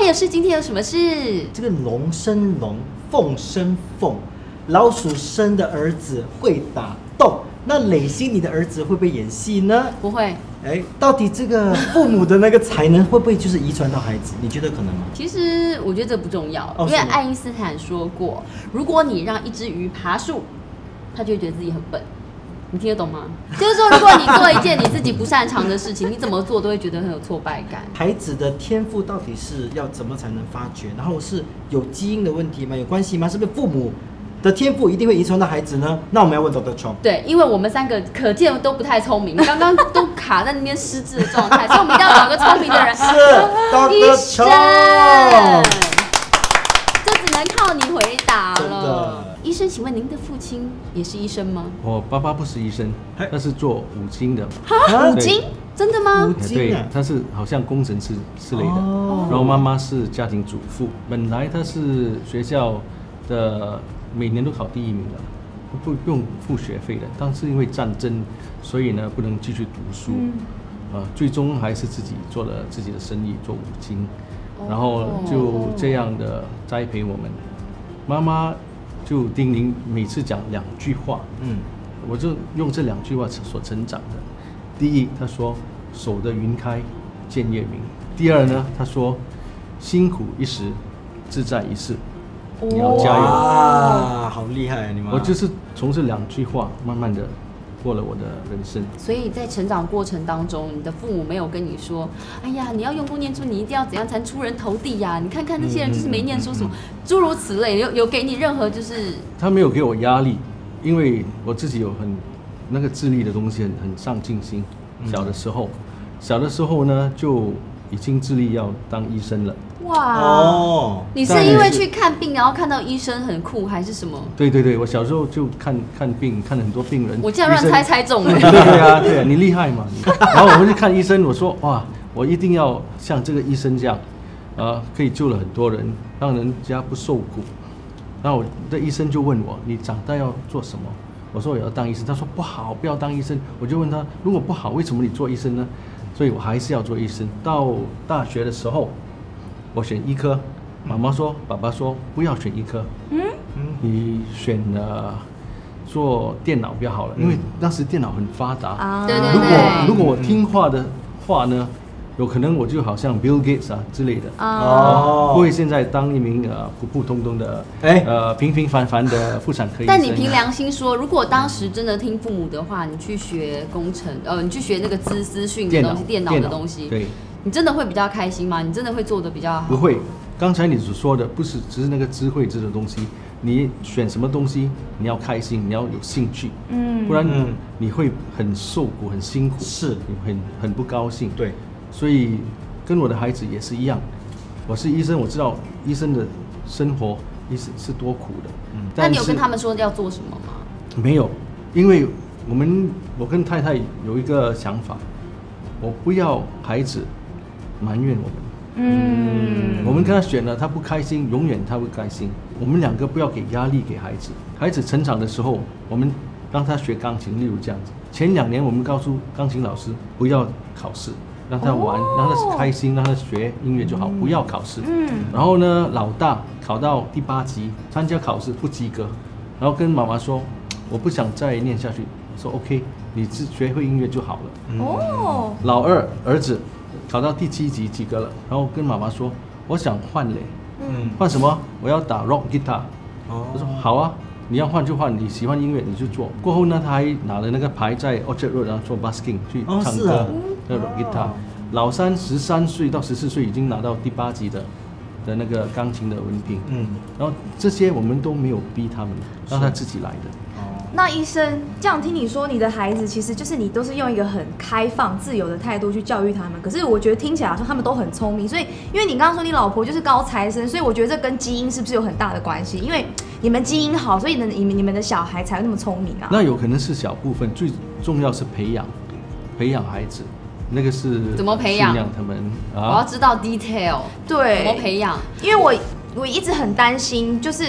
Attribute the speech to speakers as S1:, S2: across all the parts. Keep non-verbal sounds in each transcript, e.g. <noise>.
S1: 也是，今天有什么事？
S2: 这个龙生龙，凤生凤，老鼠生的儿子会打洞，那磊星你的儿子会不会演戏呢？
S1: 不会，
S2: 哎，到底这个父母的那个才能会不会就是遗传到孩子？你觉得可能吗？
S1: 其实我觉得这不重要，
S2: 哦
S1: 因为
S2: 是吗
S1: 爱因斯坦说过，如果你让一只鱼爬树，它就会觉得自己很笨。你听得懂吗？就是说，如果你做一件你自己不擅长的事情，你怎么做都会觉得很有挫败感。
S2: 孩子的天赋到底是要怎么才能发掘？然后是有基因的问题吗？有关系吗？是不是父母的天赋一定会遗传到孩子呢？那我们要问 Dr. Chong。
S1: 对，因为我们三个可见都不太聪明，刚刚都卡在那边失智的状态，所以我们一定要找个聪明的人，
S2: 是
S1: <laughs> 医
S2: Dr.
S1: 生 <laughs>
S2: Chong。，
S1: 这只能靠你回答
S2: 真
S1: 了
S2: 的。
S1: 医生，请问您的父亲也是医生吗？
S3: 我哦爸爸不是医生
S2: 嘿，
S3: 他是做五金的，哎
S2: 啊
S1: 五金？真的吗？
S2: 五金
S3: 对
S2: 啊，
S3: 他是好像工程师之类的。
S2: 哦
S3: 然后妈妈是家庭主妇，本来她是学校的每年都考第一名的，不不用付学费的，但是因为战争，所以呢不能继续读书，
S2: 嗯
S3: 啊，最终还是自己做了自己的生意，做五金，
S2: 哦
S3: 然后就这样的栽培我们。妈妈就叮咛，每次讲两句话，
S2: 嗯，
S3: 我就用这两句话所成长的。第一，他说“守得云开见月明”；第二呢，他说“辛苦一时，自在一世”。你要加油！
S2: 哇，好厉害啊你们！
S3: 我就是从这两句话，慢慢的过了我的人生。
S1: 所以在成长过程当中，你的父母没有跟你说：“哎呀，你要用功念书，你一定要怎样才出人头地呀、你看看那些人就是没念书什么，诸如此类，有有给你任何就是
S3: 他没有给我压力，因为我自己有很那个自律的东西很，很上进心。小的时候，小的时候呢就已经自立要当医生了。
S1: 哇。
S2: 哦，
S1: 你是因为去看病，然后看到医生很酷，还是什么？
S3: 对对对，我小时候就看看病，看很多病人。
S1: 我竟然乱
S3: 医生
S1: 猜猜中了。
S3: <laughs> 对啊，对啊，你厉害嘛！ <laughs> 你然后我们去看医生，我说哇，我一定要像这个医生这样，呃，可以救了很多人，让人家不受苦。然后我的医生就问我，你长大要做什么？我说我要当医生。他说不好，不要当医生。我就问他，如果不好，为什么你做医生呢？所以我还是要做医生。到大学的时候，我选医科，妈妈说，爸爸说不要选医科，
S2: 嗯
S3: 你选了做电脑比较好了，因为
S2: 嗯
S3: 当时电脑很发达。
S4: 啊
S1: 对
S3: 如果
S1: 对
S3: 如果我听话的话呢，有可能我就好像 Bill Gates 啊之类的，啊
S2: 哦，
S3: 不会现在当一名呃普普通通的，
S2: 哎
S3: 呃平平凡凡的妇产科医生。啊
S1: 但你凭良心说，如果当时真的听父母的话，你去学工程，呃，你去学那个资资讯的
S3: 电脑
S1: 东西，电脑的东西，
S3: 对，
S1: 你真的会比较开心吗？你真的会做的比较好？
S3: 不会。刚才你所说的不是只是那个智慧这种东西，你选什么东西，你要开心，你要有兴趣，
S4: 嗯
S3: 不然
S2: 嗯
S3: 你会很受苦、很辛苦，
S2: 是
S3: 你很很不高兴。
S2: 对，
S3: 所以跟我的孩子也是一样。我是医生，我知道医生的生活医生是多苦的。嗯，
S1: 那你有跟他们说要做什么吗？
S3: 没有？因为我们我跟太太有一个想法，我不要孩子埋怨我们。
S4: 嗯
S3: 我们跟他选了，他不开心，永远他不开心。我们两个不要给压力给孩子。孩子成长的时候，我们让他学钢琴，例如这样子。前两年我们告诉钢琴老师不要考试，让他玩，让他开心，让他学音乐就好，不要考试。
S4: 哦嗯
S3: 然后呢，老大考到第八级，参加考试不及格，然后跟妈妈说，我不想再念下去。我说 OK，你自学会音乐就好了。
S4: 哦
S3: 老二儿子考到第七级及格了，然后跟妈妈说，我想换嘞，
S2: 嗯，
S3: 换什么？我要打 rock guitar。
S2: 哦
S3: 我说好啊，你要换就换，你喜欢音乐你就做。过后呢，他还拿了那个牌在 Orchard Road 然后做 busking 去
S2: 哦
S3: 唱
S2: 是
S3: 歌，
S2: 啊
S3: 那 rock guitar
S2: 哦。
S3: 老三十三岁到十四岁已经拿到第八级的的那个钢琴的文凭，
S2: 嗯，
S3: 然后这些我们都没有逼他们，让他自己来的。
S2: 哦，
S4: 那医生，这样听你说，你的孩子其实就是你都是用一个很开放、自由的态度去教育他们。可是我觉得听起来说他们都很聪明，所以因为你刚刚说你老婆就是高材生，所以我觉得这跟基因是不是有很大的关系？因为你们基因好，所以你们你们你们的小孩才会那么聪明啊。
S3: 那有可能是小部分，最重要是培养，培养孩子，那个是
S1: 怎么培养
S3: 训练他们
S1: 我要
S3: 啊？
S1: 知道 detail，怎
S4: 对，
S1: 么培养？
S4: 因为我我一直很担心，就是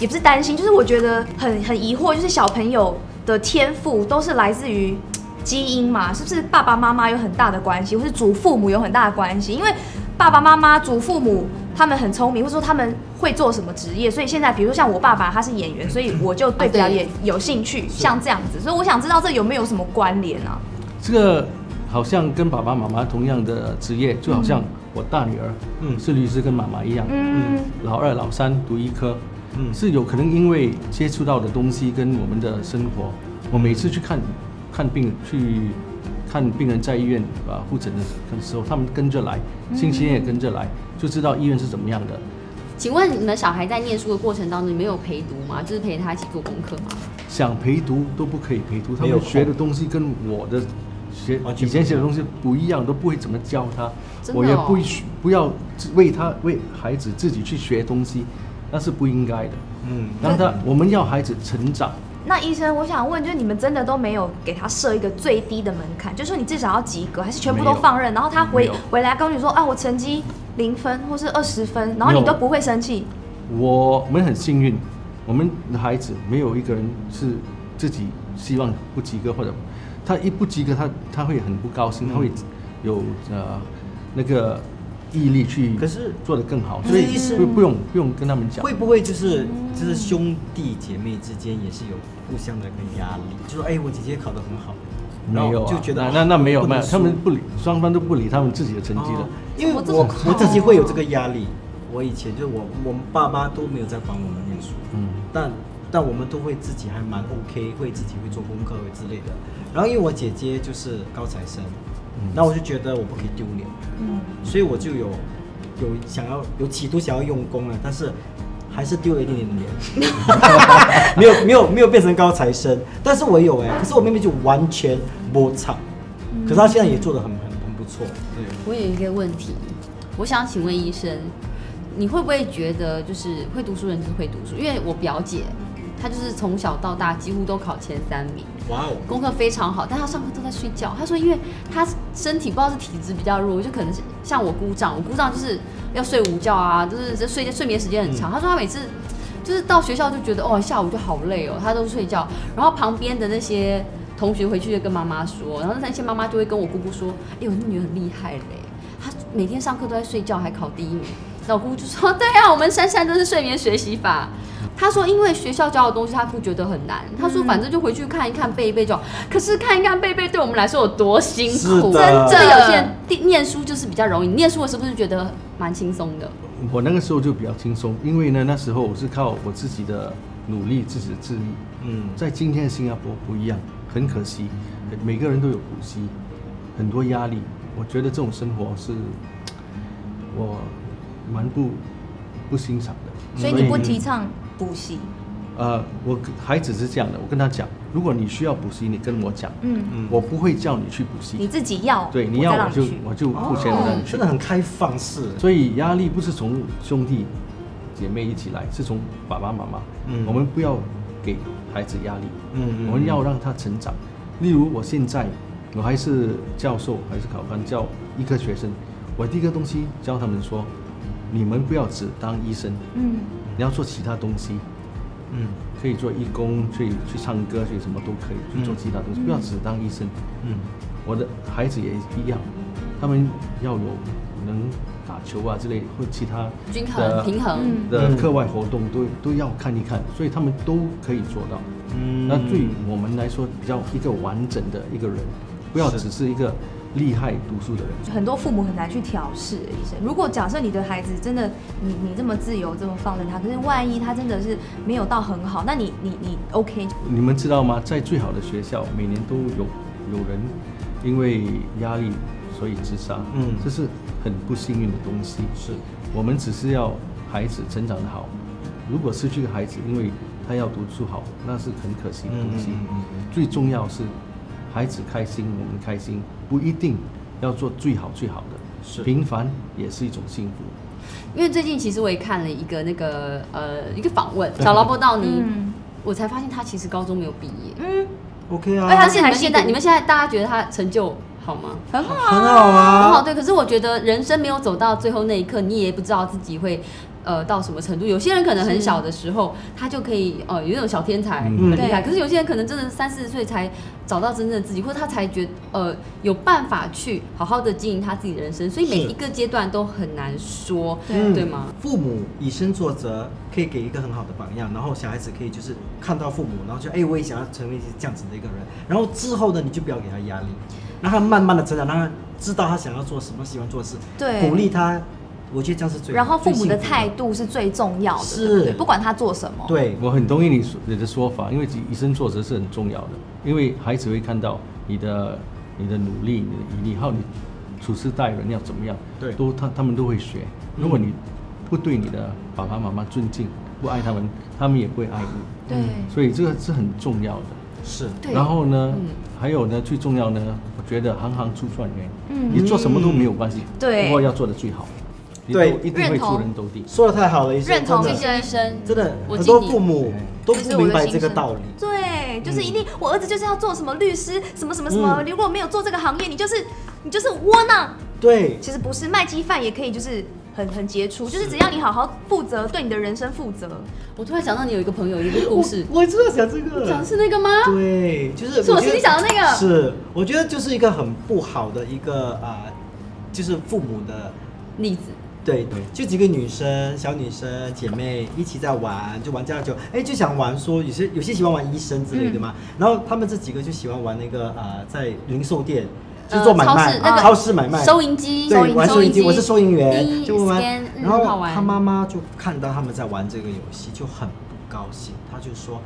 S4: 也不是担心，就是我觉得很很疑惑，就是小朋友的天赋都是来自于基因嘛，是不是爸爸妈妈有很大的关系，或是祖父母有很大的关系？因为爸爸妈妈、祖父母他们很聪明，或者说他们会做什么职业。所以现在，比如说像我爸爸他是演员，所以我就对
S1: 啊对
S4: 表演有兴趣，像这样子。所以我想知道这有没有什么关联啊？
S3: 这个好像跟爸爸妈妈同样的职业，就好像我大女儿，
S2: 嗯
S3: 嗯，是律师，跟妈妈一样，
S4: 嗯，
S3: 老二、老三读医科，
S2: 嗯
S3: 是有可能因为接触到的东西跟我们的生活，我每次去看看病去看病人在医院啊护诊的时候，他们跟着来，
S1: 嗯
S3: 星期天也跟着来，就知道医院是怎么样的。
S1: 请问你们小孩在念书的过程当中，你们有陪读吗？就是陪他一起做功课吗？
S3: 想陪读都不可以陪读，他
S2: 没有
S3: 们
S2: 空啊
S3: 学的东西跟我的学
S2: 完全
S3: 以
S2: 不一样
S3: 前学的东西不一样，都不会怎么教他，
S1: 真的哦
S3: 我也不许不要为他为孩子自己去学东西，那是不应该的。
S2: 嗯，
S3: 让他我们要孩子成长，
S4: 那医生，我想问，就是你们真的都没有给他设一个最低的门槛，就是说你至少要及格，还是全部都放任？然后他
S3: 没
S4: 回
S3: 有
S4: 回来跟你说啊，我成绩零分或是二十分，然后你
S3: 没有
S4: 都不会生气？
S3: 我我们很幸运，我们的孩子没有一个人是自己希望不及格，或者他一不及格，他他会很不高
S2: 嗯
S3: 兴，他会有呃那个毅力去，
S2: 可是
S3: 做得更好，
S2: 可是
S3: 所以
S2: 医生
S3: 不不用不用跟他们讲。
S2: 嗯会不会就是就是兄弟姐妹之间也是有互相的一个压力？就说哎，我姐姐考得很好，然后
S3: 没有、啊，
S2: 就觉得
S3: 那那那没有
S2: 不
S3: 没
S2: 能
S3: 有，
S2: 输
S3: 他们不理，双方都不理他们自己的成绩了
S2: 哦。因为
S1: 怎么这啊
S2: 我
S1: 么好
S2: 我自己会有这个压力。我以前就我我们爸妈都没有在管我们念书，
S3: 嗯
S2: 但但我们都会自己还蛮 OK，会自己会做功课之类的。然后因为我姐姐就是高材生，
S3: 嗯
S2: 那、我就觉得我不可以丢脸，
S4: 嗯，
S2: 所以我就有有想要有企图想要用功了，但是还是丢了一点点脸， <laughs> 没有没有没有变成高材生，但是我有哎、可是我妹妹就完全没差，可是她现在也做的很很很不错，对。
S1: 我有一个问题，我想请问医生，你会不会觉得就是会读书人就是会读书？因为我表姐，她就是从小到大几乎都考前三名，
S2: 哇哦，
S1: 功课非常好，但她上课都在睡觉。她说，因为她身体不知道是体质比较弱，就可能是像我姑丈，我姑丈就是要睡午觉啊，就是这睡睡眠时间很长。她说她每次。就是到学校就觉得哦，下午就好累哦，她都睡觉。然后旁边的那些同学回去就跟妈妈说，然后那些妈妈就会跟我姑姑说：“哎、呦，那女儿很厉害嘞，她每天上课都在睡觉，还考第一名。”老姑姑就说：“ <laughs> 对啊，我们珊珊都是睡眠学习法。”她说：“因为学校教的东西，她不觉得很难。她
S2: 嗯
S1: 说：“反正就回去看一看，背一背就好。可是看一看背一背，对我们来说有多辛苦？
S2: 是的
S1: 这有些人地念书就是比较容易。你念书，我是不是觉得蛮轻松的？
S3: 我那个时候就比较轻松，因为呢那时候我是靠我自己的努力、自己的智力。
S2: 嗯，
S3: 在今天的新加坡不一样，很可惜，每个人都有补习，很多压力。我觉得这种生活是我蛮不不欣赏的。
S4: 所以你不提倡补习？
S3: 呃，我孩子是这样的，我跟他讲，如果你需要补习，你跟我讲，
S4: 嗯，
S2: 嗯
S3: 我不会叫你去补习。
S4: 你自己要，
S3: 对，你
S4: 我
S3: 要
S4: 再让
S3: 我就
S4: 你去哦
S3: 我就付钱让你去
S2: 哦真。的很开放式，
S3: 所以压力不是从兄弟姐妹一起来，是从爸爸妈妈。
S2: 嗯
S3: 我们不要给孩子压力，
S2: 嗯嗯
S3: 我们要让他成长。例如我现在，我还是教授，还是考官，教一个学生，我第一个东西教他们说，你们不要只当医生，
S4: 嗯，
S3: 你要做其他东西。
S2: 嗯
S3: 可以做义工，去去唱歌，去什么都可以，去做其他东西，不要只当医生。
S2: 嗯
S3: 我的孩子也一样，他们要有能打球啊之类或其他
S1: 均
S3: 的
S1: 衡平衡。
S4: 嗯
S3: 的课外活动都都要看一看，所以他们都可以做到。
S2: 嗯
S3: 那对我们来说，比较一个完整的一个人，不要
S2: 是
S3: 只是一个厉害读书的人。
S4: 很多父母很难去调试医生。如果假设你的孩子真的，你你这么自由，这么放任他，可是万一他真的是没有到很好，那你你你 OK？
S3: 你们知道吗？在最好的学校，每年都有有人因为压力所以自杀，
S2: 嗯
S3: 这是很不幸运的东西。
S2: 是，
S3: 我们只是要孩子成长的好。如果失去一个孩子，因为他要读书好，那是很可惜的东西。
S2: 嗯嗯嗯嗯
S3: 最重要是孩子开心，我们开心，不一定要做最好最好的，
S2: 是
S3: 平凡也是一种幸福。
S1: 因为最近其实我也看了一个那个呃一个访问，小劳勃道尼，
S4: 嗯
S1: 我才发现他其实高中没有毕业。
S4: 嗯，
S2: ，OK 啊，
S4: 哎他
S1: 但是你
S4: 现在
S1: 们
S4: 还
S1: 现
S4: 是
S1: 在
S4: 读
S1: 你们现在大家觉得他成就好吗？
S4: 很好啊。
S2: 很好
S1: 很好，
S2: 啊，
S1: 对。可是我觉得人生没有走到最后那一刻，你也不知道自己会呃到什么程度。有些人可能很小的时候，他就可以呃有那种小天才，很
S3: 嗯
S1: 厉害。
S4: 嗯对
S1: 可是有些人可能真的三四十岁才找到真正的自己，或者他才觉呃有办法去好好的经营他自己的人生。所以每
S2: 是
S1: 一个阶段都很难说，
S4: 对
S1: 对吗？
S2: 嗯父母以身作则，可以给一个很好的榜样，然后小孩子可以就是看到父母，然后就哎、我也想要成为这样子的一个人。然后之后呢，你就不要给他压力，让他慢慢的成长，让他知道他想要做什么，喜欢做的事，
S4: 对
S2: 鼓励他，我觉得这样是最
S4: 然后父母的态
S2: 度
S4: 度是最重要的，
S2: 是
S4: 对不对不管他做什么，
S2: 对，
S3: 我很同意你说你的说法，因为以身作则是很重要的，因为孩子会看到你的你的努力，你的毅力，还有你处事待人要怎么样，
S2: 对
S3: 都他他们都会学。如果你不对你的爸爸妈妈尊敬，不爱他们，他们也不会爱你，
S4: 对
S3: 所以这个是很重要的。
S2: 是
S1: 对
S3: 然后呢，
S1: 嗯
S3: 还有呢，最重要呢，我觉得行行出状元，
S4: 嗯
S3: 你做什么都没有关系，
S4: 对
S3: 不过要做的最好，你都
S2: 对
S3: 一定会
S4: 认同
S3: 出人头地。
S2: 说的太好了，医生
S4: 认同
S2: 真
S1: 谢
S2: 的
S1: 谢医生，
S2: 真的
S1: 我
S2: 很
S1: 敬
S2: 多
S1: 你
S2: 父母都
S4: 这
S2: 不
S4: 是我
S2: 明
S4: 的
S2: 白
S4: 心
S2: 这个
S4: 声
S2: 道理。
S4: 对，就是一定，我儿子就是要做什么律师，什么什么什么。
S2: 嗯
S4: 如果没有做这个行业，你就是你就是窝囊。
S2: 对，
S4: 其实不是，卖鸡饭也可以，就是很很杰出，就是只要你好好负责，对你的人生负责。
S1: 我突然想到你有一个朋友，有一个故
S4: 嗯
S1: 事，
S2: 我我知道想这个，
S1: 讲的是那个吗？ <laughs>
S2: 对，就是
S1: 是我
S2: 觉
S1: 心
S2: 得
S1: 里想的那个
S2: 是，我觉得就是一个很不好的一个啊、呃就是父母的。
S1: 例子。
S2: 对对，就几个女生，小女生姐妹一起在玩，就玩家酒，哎，就想玩说有些有些喜欢玩医生之类的
S1: 嗯
S2: 嘛，然后她们这几个就喜欢玩那个呃，在零售店就做买卖，啊
S1: 呃超市那个
S2: 买卖，
S1: 收银机，
S2: 对，玩收银机，我是收银员，
S1: 一
S2: 就玩
S1: scan，嗯。
S2: 然
S1: 很好
S2: 后
S1: 玩
S2: 他妈妈就看到他们在玩这个游戏，就很不高兴，他就说。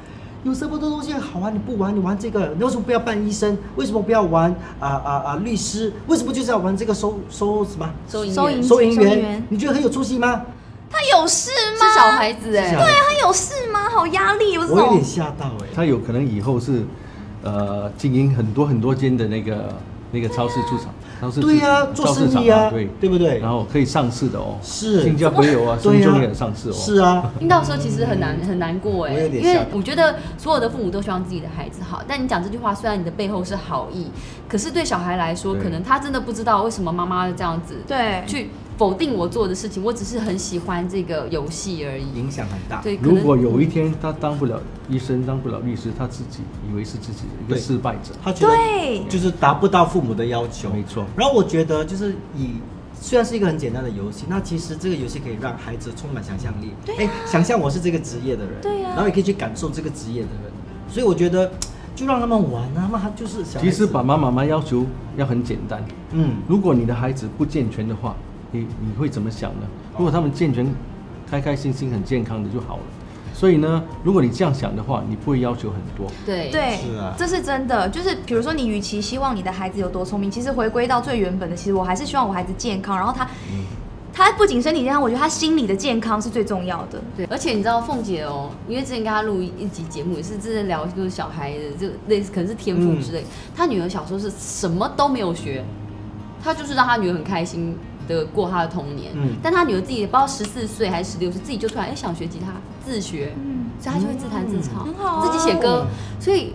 S2: 有这么多东西好玩，你不玩，你玩这个，你为什么不要扮医生？为什么不要玩啊啊啊律师？为什么就是要玩这个收收什么
S1: 收银
S4: 收
S1: 员
S4: 银
S2: 收银
S4: 收银
S2: 员
S4: 员？
S2: 你觉得很有出息吗？
S4: 他有事吗？
S1: 是小孩子哎、
S2: 是小
S1: 欸，
S2: 孩
S4: 他有事吗？好压力，有这
S2: 我有
S4: 种
S2: 点。吓到哎、
S3: 他有可能以后是，呃，经营很多很多间的那个那个超市出厂，超市
S2: 对呀、
S3: 出
S2: 做
S3: 超市
S2: 生
S3: 场
S2: 意啊，
S3: 嘛对。
S2: 对不对？
S3: 然后可以上市的哦，
S2: 是
S3: 新加坡有啊，
S2: 对
S3: 深
S2: 呀、
S3: 圳也有上市哦，
S2: 是啊，
S1: 听到的时候其实很难很难过哎、
S2: 我有
S1: 欸，
S2: 点
S1: 因
S2: 吓
S1: 为我觉得所有的父母都希望自己的孩子好，但你讲这句话，虽然你的背后是好意，可是对小孩来说，
S3: 对
S1: 可能他真的不知道为什么妈妈这样子
S4: 对，
S1: 去否定我做的事情，我只是很喜欢这个游戏而已。
S2: <laughs> 影响很大。
S1: 哎对，可
S3: 如
S1: 能
S3: 果有一天他当不了医生，当不了律师，他自己以为是自己的一个
S2: 对
S3: 失败者，
S2: 他觉得
S4: 对
S2: 就是达不到父母的要求，
S3: 没错
S2: 然后我觉得就是以。虽然是一个很简单的游戏，那其实这个游戏可以让孩子充满想象力。对、想象我是这个职业的人，
S4: 对啊
S2: 然后也可以去感受这个职业的人。所以我觉得，就让他们玩啊，那他就是小孩
S3: 其
S2: 子
S3: 实爸爸妈妈要求要很简单，
S2: 嗯，
S3: 如果你的孩子不健全的话，你你会怎么想呢？
S2: 哦
S3: 如果他们健全、开开心心、很健康的就好了。所以呢，如果你这样想的话，你不会要求很多。
S1: 对
S4: 对，
S2: 是啊
S4: 这是真的。就是比如说，你与其希望你的孩子有多聪明，其实回归到最原本的，其实我还是希望我孩子健康。然后他，
S3: 嗯
S4: 他不仅身体健康，我觉得他心理的健康是最重要的。
S1: 对，而且你知道凤姐哦，因为之前跟她录一一集节目，也是真的聊就是小孩的，就类似可能是天赋之类。她、女儿小时候是什么都没有学，她就是让她女儿很开心的过她的童年。
S2: 嗯
S1: 但她女儿自己也不知道十四岁还是十六岁，自己就突然哎、想学吉他自学，
S4: 嗯，
S1: 所以她就会自弹自唱，
S4: 嗯很好啊
S1: 自己写歌，所以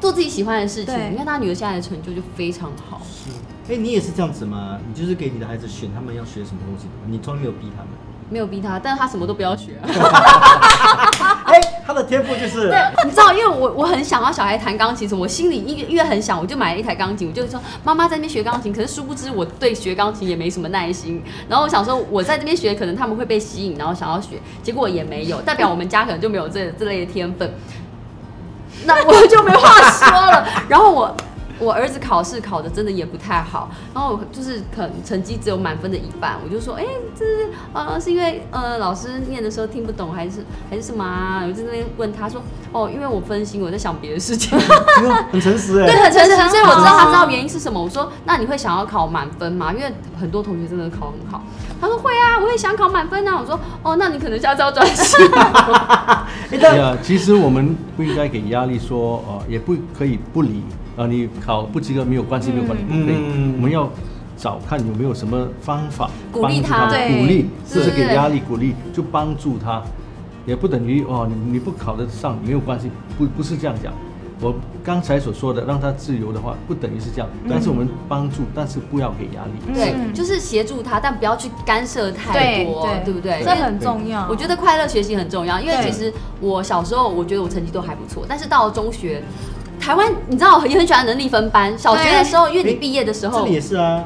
S1: 做自己喜欢的事情
S4: 对。
S1: 你看她女儿现在的成就就非常好。
S2: 是。哎、你也是这样子吗？你就是给你的孩子选他们要学什么东西的吗？你从来没有逼他们。
S1: 没有逼她，但她什么都不要学、啊。
S2: 哎、他的天赋就是
S1: <laughs> 你知道，因为我我很想要小孩弹钢琴，什么我心里因因为很想，我就买了一台钢琴，我就说妈妈在那边学钢琴，可是殊不知我对学钢琴也没什么耐心。然后我想说，我在这边学，可能他们会被吸引，然后想要学，结果也没有，代表我们家可能就没有这这类的天分。那我就没话说了。然后我我儿子考试考的真的也不太好，然后我就是可能成绩只有满分的一半，我就说，哎、这是呃是因为呃老师念的时候听不懂，还是还是什么、啊？我就在那边问他说，哦，因为我分心，我在想别的事情。
S2: 哎呦很诚实
S1: <laughs>
S2: 哎、
S1: 对，很诚实，哦所以我知道
S4: 好
S1: 他知道原因是什么。我说，那你会想要考满分吗？因为很多同学真的考很好。他说会啊，我也想考满分啊。我说哦，那你可能下次要转 <laughs> 系。
S2: 哎
S3: 对
S2: 但
S3: 呀，其实我们不应该给压力说，呃，也不可以不理，啊，你考不及格没有关系，没有关系，不可以
S2: 嗯。
S3: 我们要找看有没有什么方法
S1: 鼓励
S3: 帮助
S1: 他
S4: 对
S3: 鼓励
S1: 是
S3: 不是给压力，鼓励就帮助他，也不等于哦，你你不考得上没有关系，不不是这样讲。我刚才所说的让他自由的话，不等于是这样，但是我们帮助，但是不要给压力。
S1: 对，
S4: 嗯
S1: 就是协助他，但不要去干涉太多，对不对？
S4: 这
S1: 因为
S4: 很重要。
S1: 我觉得快乐学习很重要，因为
S4: 嗯对
S1: 其实我小时候我觉得我成绩都还不错，但是到了中学，台湾你知道也很喜欢能力分班。小学的时候，因为你毕业的时
S2: 这
S1: 候
S2: 里也是啊，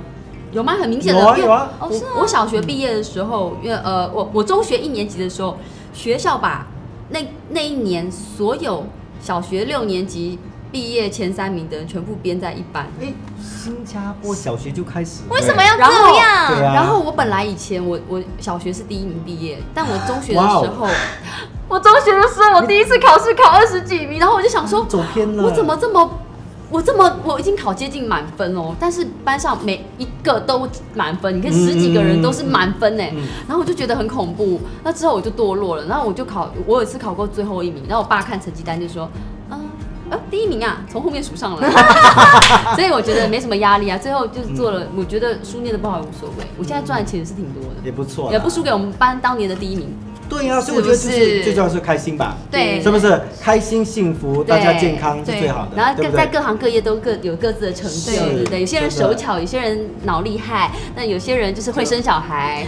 S1: 有吗？很明显的，
S2: 有啊
S1: 因为
S2: 有啊，
S4: 哦，
S1: 我
S4: 是啊，
S1: 我小学毕业的时候，因为呃，我我中学一年级的时候，学校把那那一年所有小学六年级毕业前三名的人全部编在一班。
S2: 哎，新加坡小学就开始了，
S4: 为什么要
S1: 然
S4: 这
S1: 后
S4: 样？
S2: 对啊
S1: 然后我本来以前我我小学是第一名毕业，但我中学的时
S2: 哦
S1: 候， <laughs> 我中学的时候我第一次考试考二十几名，然后我就想说，
S2: 走偏了？
S1: 我怎么这么，我这么我已经考接近满分哦，但是班上每一个都满分，你看十几个人都是满分
S2: 嗯
S1: 哎，然后我就觉得很恐怖。那之后我就堕落了，然后我就考，我有一次考过最后一名，然后我爸看成绩单就说，嗯。呃，第一名啊，从后面数上来，
S2: <laughs>
S1: 所以我觉得没什么压力啊。最后就是做了，我觉得书念的不好也无所谓。我现在赚的钱是挺多
S2: 也
S1: 的，
S2: 不错啦？
S1: 也不输给我们班当年的第一名。
S2: 对啊，所以我觉得就是
S4: 不是
S2: 是最重要是开心吧，
S4: 对
S2: 是不是？开心幸福，
S1: 对
S2: 大家健康是
S4: 对
S2: 最好的，
S1: 然后
S2: 对
S1: 各
S2: 不
S1: 在
S2: 对？
S1: 各行各业都各有各自的成就，
S2: 是
S1: 对不对？有些人
S2: 真的
S1: 手巧，有些人脑厉害，那有些人就是会生小孩，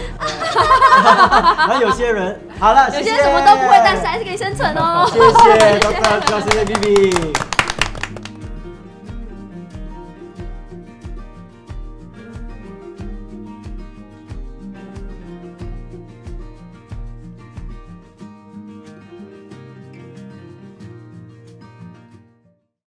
S2: 然后有些人好了，
S1: <laughs> 有些
S2: 谢
S1: 人
S2: 谢 <laughs>
S1: 什么都不会，但是还是可以生存哦。 <laughs>
S2: 谢谢 Dr. 赵先生 B B。